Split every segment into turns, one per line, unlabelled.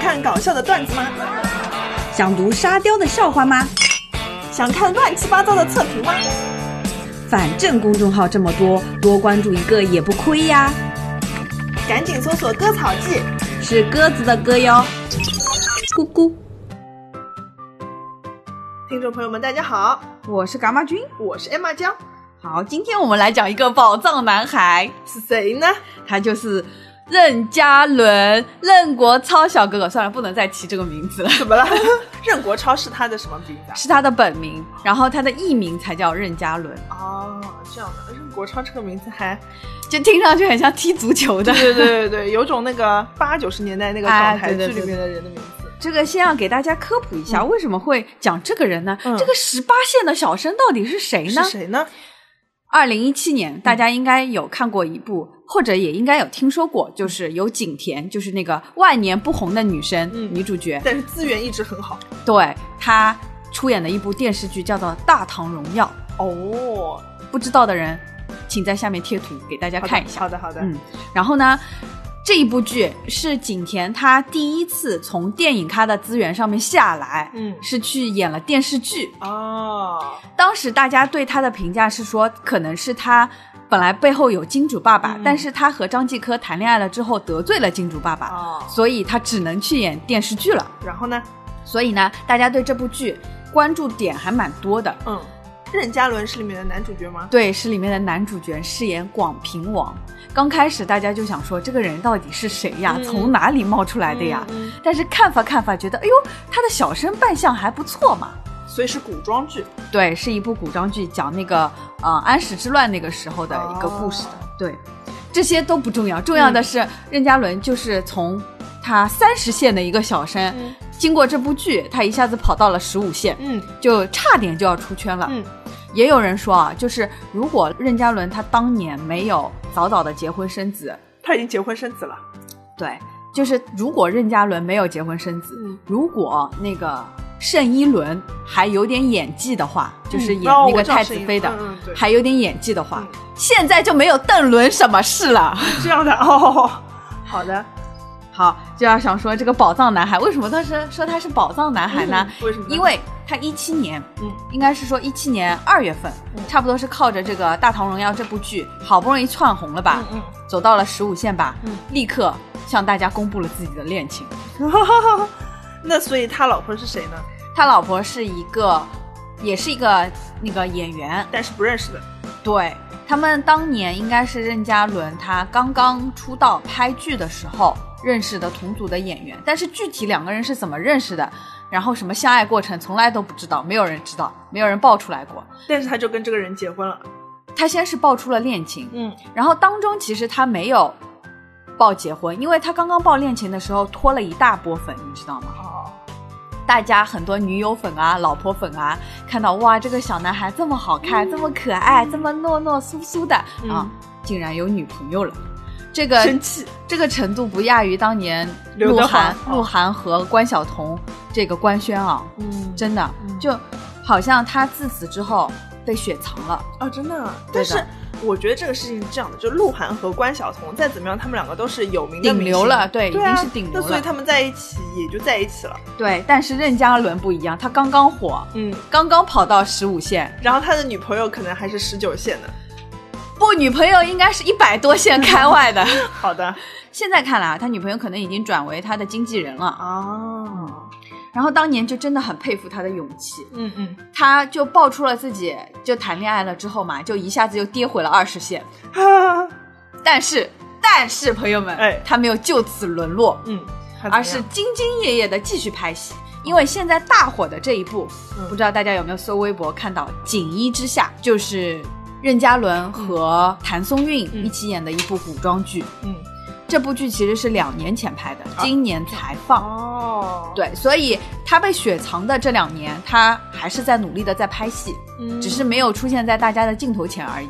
看搞笑的段子吗？
想读沙雕的笑话吗？
想看乱七八糟的测评吗？
反正公众号这么多，多关注一个也不亏呀。
赶紧搜索“割草记
是鸽子的歌哟，咕咕。”。
听众朋友们，大家好，
我是蛤蟆君。
我是 Emma 江，
好，今天我们来讲一个宝藏男孩，
是谁呢？
他就是任嘉伦，任国超小哥哥。算了，不能再提这个名字了，
怎么了？任国超是他的什么名字啊？
是他的本名，然后他的艺名才叫任嘉伦，
哦，这样的，任国超这个名字还……
就听上去很像踢足球的。
对对对对，有种那个八九十年代那个
哎
港台
对对
剧里
对
面的人的名字。
这个先要给大家科普一下，为什么会讲这个人呢？
嗯
这个十八线的小生到底是谁呢
是？谁呢？
二零一七年，
嗯
大家应该有看过一部，或者也应该有听说过，就是有景甜，就是那个万年不红的女生、
嗯
女主角，
但是资源一直很好
对她出演的一部电视剧叫做《大唐荣耀
哦。》，
不知道的人请在下面贴图给大家
好的
看一下。
好的好的，
嗯，然后呢，这一部剧是景甜她第一次从电影咖的资源上面下来，
嗯
是去演了电视剧。
哦，
当时大家对她的评价是说，可能是她本来背后有金主爸爸，
嗯
但是她和张继科谈恋爱了之后得罪了金主爸爸，
哦
所以她只能去演电视剧了。
然后呢？
所以呢，大家对这部剧关注点还蛮多的。
嗯，任嘉伦是里面的男主角吗？
对，是里面的男主角饰演广平王。刚开始大家就想说，这个人到底是谁呀？
嗯
从哪里冒出来的呀？
嗯
但是看法看法，觉得哎呦，他的小生扮相还不错嘛。
嗯所以是古装剧。
对，是一部古装剧，讲那个呃安史之乱那个时候的一个故事的。
哦
对，这些都不重要，
嗯
重要的是、任嘉伦就是从他三十线的一个小生，
嗯
经过这部剧，他一下子跑到了十五线，
嗯
就差点就要出圈了。
嗯
也有人说啊，就是如果任嘉伦他当年没有早早的结婚生子，
他已经结婚生子了。
对，就是如果任嘉伦没有结婚生子，
嗯
如果那个盛一伦还有点演技的话，就是演
哦
那
我
个
知道
太
是
子
一
妃的，
嗯嗯对
还有点演技的话，
嗯
现在就没有邓伦什么事了。
这样的哦，好 的，
好，就要想说这个宝藏男孩，为什么当时说他是宝藏男孩呢？
嗯为什么呢
因为他一七年，
嗯
应该是说一七年二月份，
嗯
差不多是靠着这个《大唐荣耀》这部剧，好不容易窜红了吧，
嗯
走到了十五线吧，
嗯
立刻向大家公布了自己的恋情。
嗯， 那所以他老婆是谁呢？
他老婆是一个，也是一个那个演员，
但是不认识的。
对他们当年应该是任嘉伦他刚刚出道拍剧的时候认识的同组的演员，但是具体两个人是怎么认识的，然后什么相爱过程从来都不知道，没有人知道，没有人爆出来过。
但是他就跟这个人结婚了。
他先是爆出了恋情，
嗯
然后当中其实他没有爆结婚，因为他刚刚爆恋情的时候拖了一大波粉，你知道吗？
哦，
大家很多女友粉啊、老婆粉啊，看到哇，这个小男孩这么好看、这么可爱、这么糯糯酥酥的、
嗯
啊，竟然有女朋友了。这个
生气
这个程度不亚于当年
刘
鹿
德华
晗、鹿晗和关晓彤这个官宣啊，
嗯
真的
嗯
就好像他自此之后被雪藏了。
哦，真的啊。但
对的
是我觉得这个事情是这样的，就鹿晗和关晓彤再怎么样，他们两个都是有名的
顶流了对
明星对啊
已经是顶流了
那所以他们在一起也就在一起了。
对，但是任嘉伦不一样，他刚刚火，
嗯，
刚刚跑到十五线，
然后他的女朋友可能还是十九线的。
不，女朋友应该是一百多线开外的。
好的。
现在看来啊，他女朋友可能已经转为他的经纪人了。啊
哦，
然后当年就真的很佩服他的勇气，
嗯 嗯，
他就爆出了自己就谈恋爱了之后嘛，就一下子又跌回了二十线。
哈，
但是，但是朋友们，
哎
他没有就此沦落，
嗯，他怎么样
而是兢兢业业的继续拍戏。因为现在大火的这一部，
嗯
不知道大家有没有搜微博看到《锦衣之下》，就是任嘉伦和谭松韵
嗯
一起演的一部古装剧。
嗯
这部剧其实是两年前拍的，
啊
今年才放。
哦，
对，所以他被雪藏的这两年，他还是在努力的在拍戏，
嗯
只是没有出现在大家的镜头前而已。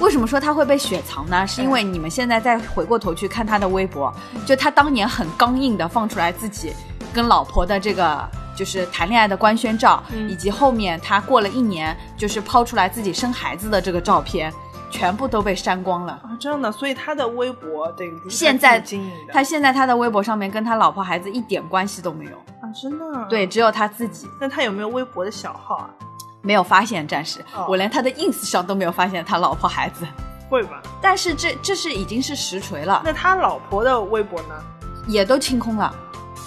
为什么说他会被雪藏呢？是因为你们现在再回过头去看他的微博，就他当年很刚硬的放出来自己跟老婆的这个就是谈恋爱的官宣照，
嗯
以及后面他过了一年就是抛出来自己生孩子的这个照片，全部都被删光了。
啊，真的，所以他的微博对的确是
现在
自己经营的，
他现在他的微博上面跟他老婆孩子一点关系都没有，
啊，真的，
对，，只有他自己
那他有没有微博的小号啊？
没有发现，暂时、
哦
我连他的 ins 上都没有发现他老婆孩子。
会吧？
但是这这是已经是实锤了，
那他老婆的微博呢？
也都清空了。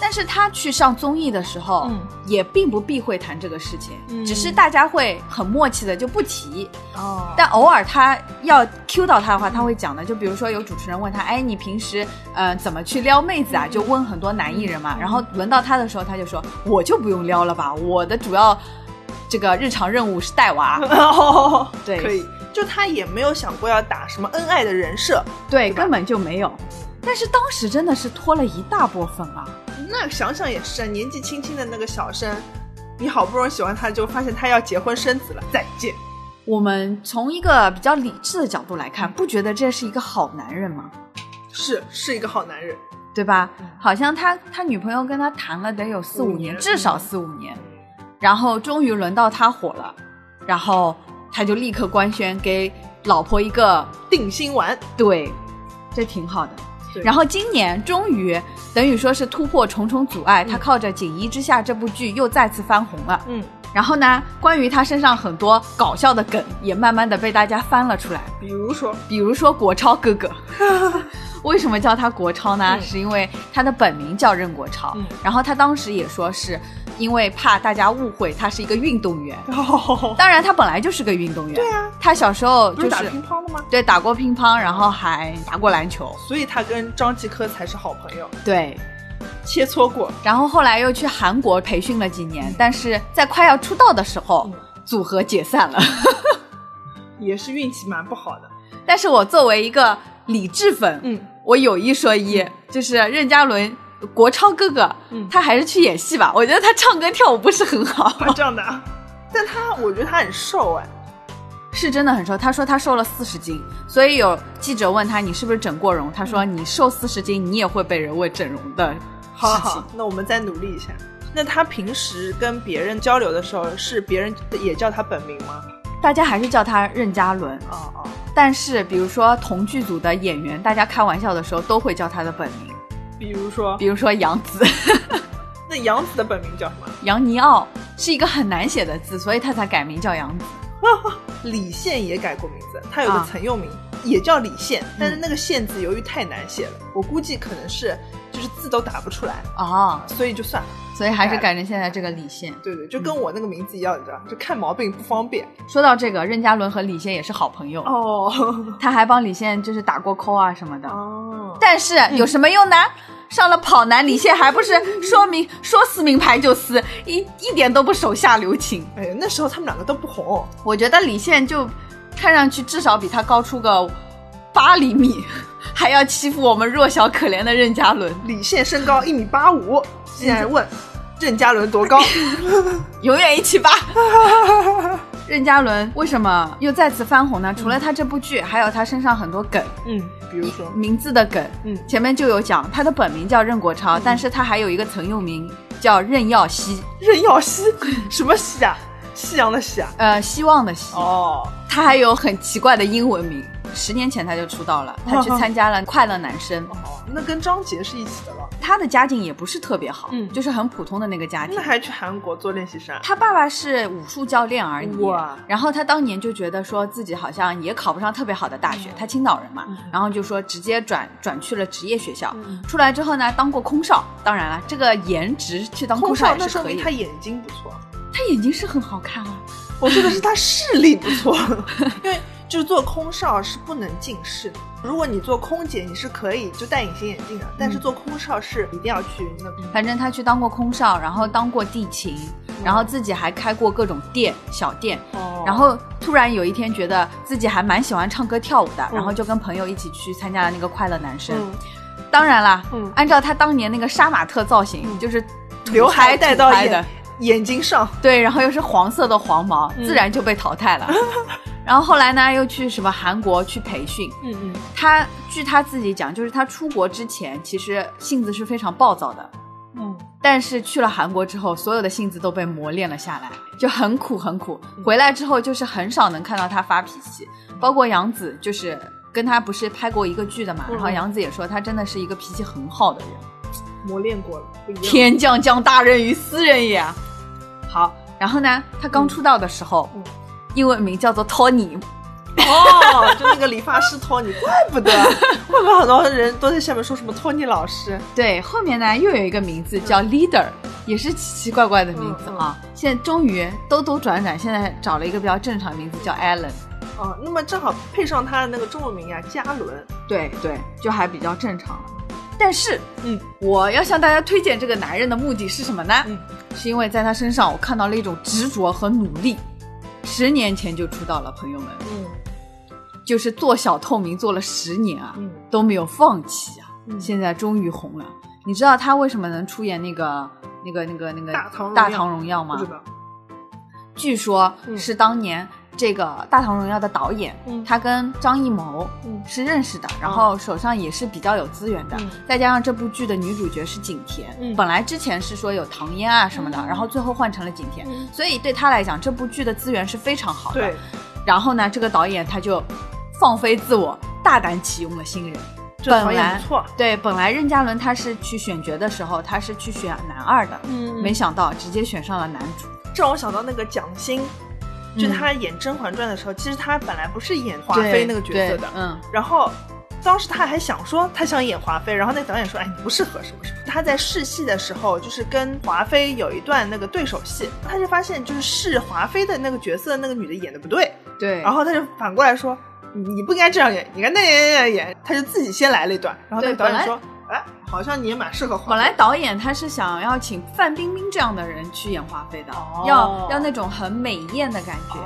但是他去上综艺的时候，
嗯
也并不避讳谈这个事情，
嗯
只是大家会很默契的就不提。
哦
但偶尔他要 Q 到他的话，他会讲的。就比如说有主持人问他，哎，你平时呃怎么去撩妹子啊？
嗯
就问很多男艺人嘛。然后轮到他的时候，他就说我就不用撩了吧，我的主要这个日常任务是带娃。
哦，
对
可以，就他也没有想过要打什么恩爱的人设，
对，根本就没有。但是当时真的是拖了一大波粉啊。
那想想也是，啊，年纪轻轻的那个小生，你好不容易喜欢他，就发现他要结婚生子了，再见。
我们从一个比较理智的角度来看，不觉得这是一个好男人吗？
是是一个好男人，
对吧
嗯？
好像他他女朋友跟他谈了得有四
五
五年，
年
至少四五年，然后终于轮到他火了，然后他就立刻官宣给老婆一个
定心丸。
对，这挺好的。
对
然后今年终于等于说是突破重重阻碍，
嗯
他靠着《锦衣之下》这部剧又再次翻红了。
嗯，
然后呢，关于他身上很多搞笑的梗也慢慢的被大家翻了出来。
比如说，
比如说国超 哥哥。为什么叫他国超呢？
嗯
是因为他的本名叫任国超，
嗯
然后他当时也说是因为怕大家误会他是一个运动员，
哦，
当然他本来就是个运动员，
对啊，
他小时候
不
就是
是打乒乓的吗？
对打过乒乓，然后还打过篮球，
所以他跟张继科才是好朋友，
对，
切磋过。
然后后来又去韩国培训了几年，但是在快要出道的时候，
嗯
组合解散了。
也是运气蛮不好的。
但是我作为一个理智粉，
嗯，
我有一说一，就是任嘉伦。国超哥哥，
嗯
他还是去演戏吧。我觉得他唱歌跳舞不是 很好，
夸张的啊。但他，我觉得他很瘦哎，
是真的很瘦。他说他瘦了四十斤，所以有记者问他你是不是整过容，他
嗯
说你瘦四十斤，你也会被人问整容的。
好
事
好
情
好，那我们再努力一下。那他平时跟别人交流的时候，是别人也叫他本名吗？
大家还是叫他任嘉伦，
哦哦，
但是比如说同剧组的演员，大家开玩笑的时候都会叫他的本名，
比如说
比，如说杨紫、
那杨紫的本名叫什么？
杨尼奥是一个很难写的字，所以他才改名叫杨紫。
李现也改过名字，他有个
啊
曾用名、也叫李现，但是那个“现”字由于太难写了，我估计可能是就是字都打不出来，
哦，
所以就算了。
所以还是改成现在这个李现。
对对，就跟我那个名字一样，你知道，就看毛病不方便。
说到这个，任嘉伦和李现也是好朋友，
哦
他还帮李现就是打过 call 啊什么的。
哦，
但是有什么用呢？上了跑男，李现还不是说明说撕名牌就撕，一一点都不手下留情。
哎呀，那时候他们两个都不红，
我觉得李现就看上去至少比他高出个八厘米， 还要欺负我们弱小可怜的任嘉伦，
李现身高一米八五，竟然问郑嘉伦多高？
永远一起吧。任嘉伦为什么又再次翻红呢？除了他这部剧，还有他身上很多梗，
嗯，比如说，
名字的梗，
嗯
前面就有讲，他的本名叫任国超，但是他还有一个曾用名叫任耀西，
任耀西，什么西啊？夕阳的夕啊？
呃，希望的希。
哦，
他还有很奇怪的英文名，十年前他就出道了，他去参加了《快乐男声》，
哦，那跟张杰是一起的了。
他的家境也不是特别好，
嗯
就是很普通的那个家庭
那。还去韩国做练习生？啊
他爸爸是武术教练而已
哇，
然后他当年就觉得说自己好像也考不上特别好的大学，他青岛人嘛
嗯，
然后就说直接转转去了职业学校，
嗯
出来之后呢，当过空少，当然啊了，这个颜值去当
空
少
少，
啊也
那
是
说
可以
明
的，
他眼睛不错。
他眼睛是很好看啊，
我说的是他视力不 错，因为就是做空少是不能近视的。如果你做空姐，你是可以就戴隐形眼镜的，
嗯
但是做空少是一定要去那个。
反正他去当过空少，然后当过地勤，然后自己还开过各种店小店，
哦
然后突然有一天觉得自己还蛮喜欢唱歌跳舞的，
嗯
然后就跟朋友一起去参加了那个快乐男声。
嗯，
当然啦，
嗯
按照他当年那个杀马特造型，
嗯
就是土
刘海
嗨
带
土
到
嗨的
眼，眼睛上，
对，然后又是黄色的黄毛，
嗯
自然就被淘 汰了。然后后来呢，又去什么韩国去培训。
嗯嗯，
他据他自己讲，就是他出国之前，其实性子是非常暴躁的。
嗯，
但是去了韩国之后，所有的性子都被磨练了下来，就很苦很苦。
嗯
回来之后就是很少能看到他发脾气，包括杨紫，就是跟他不是拍过一个剧的嘛，
嗯
然后杨紫也说他真的是一个脾气很好的人。
磨练过了，不一样。
天将降大任于斯人也。好，然后呢，他刚出道的时候，
嗯嗯
英文名叫做托尼，
哦，就那个理发师托尼，怪不得，怪不得很多人都在下面说什么托尼老师。
对，后面呢又有一个名字叫 Leader，也是奇奇怪怪的名
嗯
字啊。现在终于兜兜转转，现在找了一个比较正常的名字叫 Allen。
哦，那么正好配上他的那个中文名呀，嘉伦。
对对，就还比较正常了。但是
嗯
我要向大家推荐这个男人的目的是什么呢？
嗯
是因为在他身上我看到了一种执着和努力。十年前就出道了，朋友们，
嗯
就是做小透明做了十年啊，
嗯
都没有放弃啊，
嗯
现在终于红了。你知道他为什么能出演那个那个那个那个
大唐荣耀
大唐荣耀
不
吗
知？道。
据说
嗯
是当年这个《大唐荣耀》的导演，
嗯
他跟张艺谋
嗯
是认识的，然后手上也是比较有资源的，
嗯
再加上这部剧的女主角是景甜，
嗯
本来之前是说有唐嫣啊什么的，
嗯
然后最后换成了景甜，
嗯
所以对他来讲，这部剧的资源是非常好的。
对，
然后呢，这个导演他就放飞自我，大胆启用了新人。
这
本
行也
来
不错。
对，本来任嘉伦他是去选角的时候，他是去选男二的，
嗯
没想到直接选上了男主。
这让我想到那个蒋欣，就她演《甄嬛传》的时候，其实她本来不是演华妃那个角色
对
的，
嗯，
然后。当时她还想说她想演华妃，然后那个导演说：“哎，你不适合什么什么。”她在试戏的时候，就是跟华妃有一段那个对手戏，她就发现就是试华妃的那个角色那个女的演的不对，
对。
然后她就反过来说：“你你不应该这样演，你应该那样那样演。”她就自己先来了一段，然后那
对
个导
本
演
来
说：“哎，好像你也蛮适合华妃。”
本来导演他是想要请范冰冰这样的人去演华妃的，
哦
要要那种很美艳的感觉。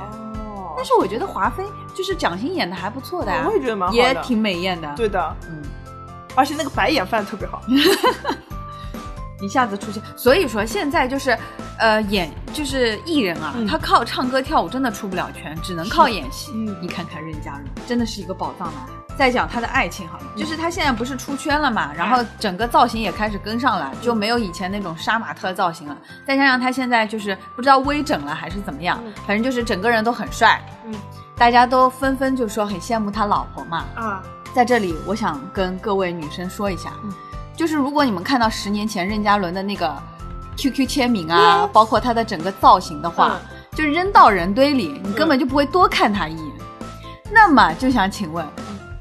哦，
但是我觉得华妃就是蒋欣演的还不错的、啊
我，也觉得蛮好的，
也挺美艳的。，
对的，
嗯，
而且那个白眼饭特别好。
一下子出现，所以说现在就是，呃，演就是艺人啊，
嗯
他靠唱歌跳舞真的出不了圈，只能靠演戏。
嗯
你看看任嘉伦，真的是一个宝藏男。再讲他的爱情好了，
嗯
就是他现在不是出圈了
哎
嘛，然后整个造型也开始跟上了，
嗯
就没有以前那种杀马特造型了。再加上他现在就是不知道微整了还是怎么样
嗯，
反正就是整个人都很帅，
嗯
大家都纷纷就说很羡慕他老婆嘛。
啊，
在这里，我想跟各位女生说一下，
嗯
就是如果你们看到十年前任嘉伦的那个 QQ 签名啊，包括他的整个造型
嗯
的话，就扔到人堆里，你根本就不会多看他一眼。那么就想请问，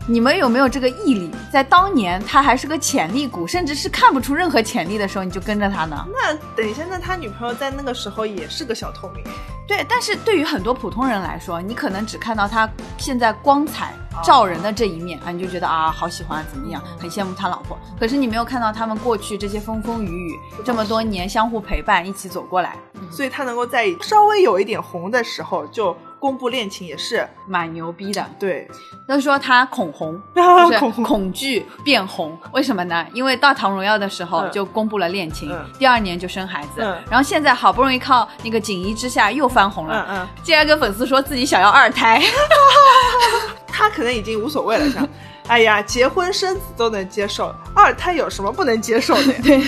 你们有没有这个毅力，在当年他还是个潜力股，甚至是看不出任何潜力的时候，你就跟着他呢？
那等一下，那他女朋友在那个时候也是个小透明，
对，但是对于很多普通人来说，你可能只看到他现在光彩
哦
照人的这一面啊，你就觉得啊，好喜欢，怎么样，很羡慕他老婆。可是你没有看到他们过去这些风风雨雨，这么多年相互陪伴，一起走过来，
所以他能够在稍微有一点红的时候就公布恋情，也是
蛮牛逼的。
对。
那说他恐 红，
啊
就是
恐红
恐惧变红，为什么呢？因为《大唐荣耀》的时候
嗯
就公布了恋情，
嗯
第二年就生孩子，
嗯
然后现在好不容易靠那个《锦衣之下》又翻红
嗯
了，
嗯，
竟然跟粉丝说自己想要二胎。
他可能已经无所谓了，想， 哎呀，结婚生子都能接受，二胎有什么不能接受的 呀？
对，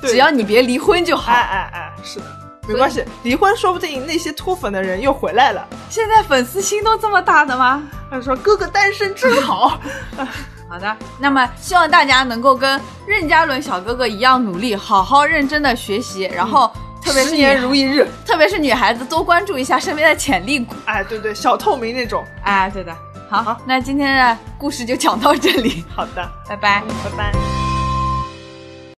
对
只要你别离婚就
哎
好。
哎哎，是的，没关系，离婚说不定那些脱粉的人又回来了。
现在粉丝心都这么大的吗？
他说：“哥哥单身真 好。
好的，那么希望大家能够跟任嘉伦小哥哥一样努力，好好认真的学习，然后特别是
十
女
年如一日。
特别是女孩子多关注一下身边的潜力股。”
哎，对对，小透明那种。
哎，对的，好，
好
那今天的故事就讲到这里，
好的，
拜拜。
拜拜。